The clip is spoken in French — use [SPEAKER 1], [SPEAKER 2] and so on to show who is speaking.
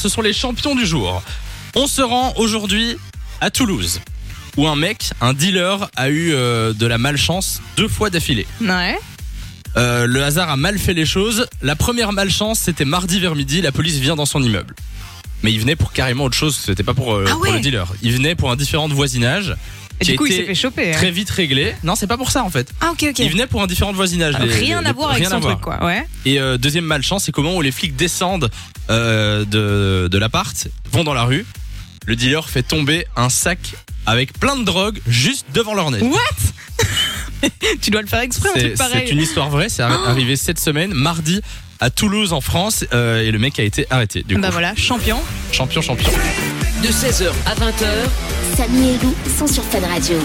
[SPEAKER 1] ce sont les champions du jour. On se rend aujourd'hui à Toulouse, où un mec, un dealer, a eu euh, de la malchance deux fois d'affilée.
[SPEAKER 2] Ouais.
[SPEAKER 1] Euh, le hasard a mal fait les choses. La première malchance, c'était mardi vers midi, la police vient dans son immeuble. Mais il venait pour carrément autre chose, c'était pas pour, euh,
[SPEAKER 2] Ah
[SPEAKER 1] pour
[SPEAKER 2] ouais.
[SPEAKER 1] le dealer. Il venait pour un différent de voisinage
[SPEAKER 2] Et
[SPEAKER 1] qui
[SPEAKER 2] du coup,
[SPEAKER 1] a
[SPEAKER 2] il
[SPEAKER 1] été
[SPEAKER 2] s'est fait choper. hein.
[SPEAKER 1] très vite réglé. Non, c'est pas pour ça en fait.
[SPEAKER 2] Ah, ok, ok.
[SPEAKER 1] Il venait pour un différent de voisinage.
[SPEAKER 2] Alors,
[SPEAKER 1] les-
[SPEAKER 2] rien
[SPEAKER 1] les-
[SPEAKER 2] à voir avec
[SPEAKER 1] rien
[SPEAKER 2] son
[SPEAKER 1] à voir.
[SPEAKER 2] truc, quoi. Ouais.
[SPEAKER 1] Et euh, deuxième malchance, c'est comment où les flics descendent euh, de, de l'appart, vont dans la rue. Le dealer fait tomber un sac avec plein de drogue juste devant leur nez.
[SPEAKER 2] What Tu dois le faire exprès, un
[SPEAKER 1] C'est
[SPEAKER 2] truc
[SPEAKER 1] c'est
[SPEAKER 2] pareil. Oh.
[SPEAKER 1] une histoire vraie, c'est arri- arrivé cette semaine, mardi, à Toulouse en France, euh, et le mec a été arrêté. Du coup,
[SPEAKER 2] Bah voilà, champion.
[SPEAKER 1] champion, champion.
[SPEAKER 3] De 16h à 20h,
[SPEAKER 4] Samy et Lou sont sur Fan Radio.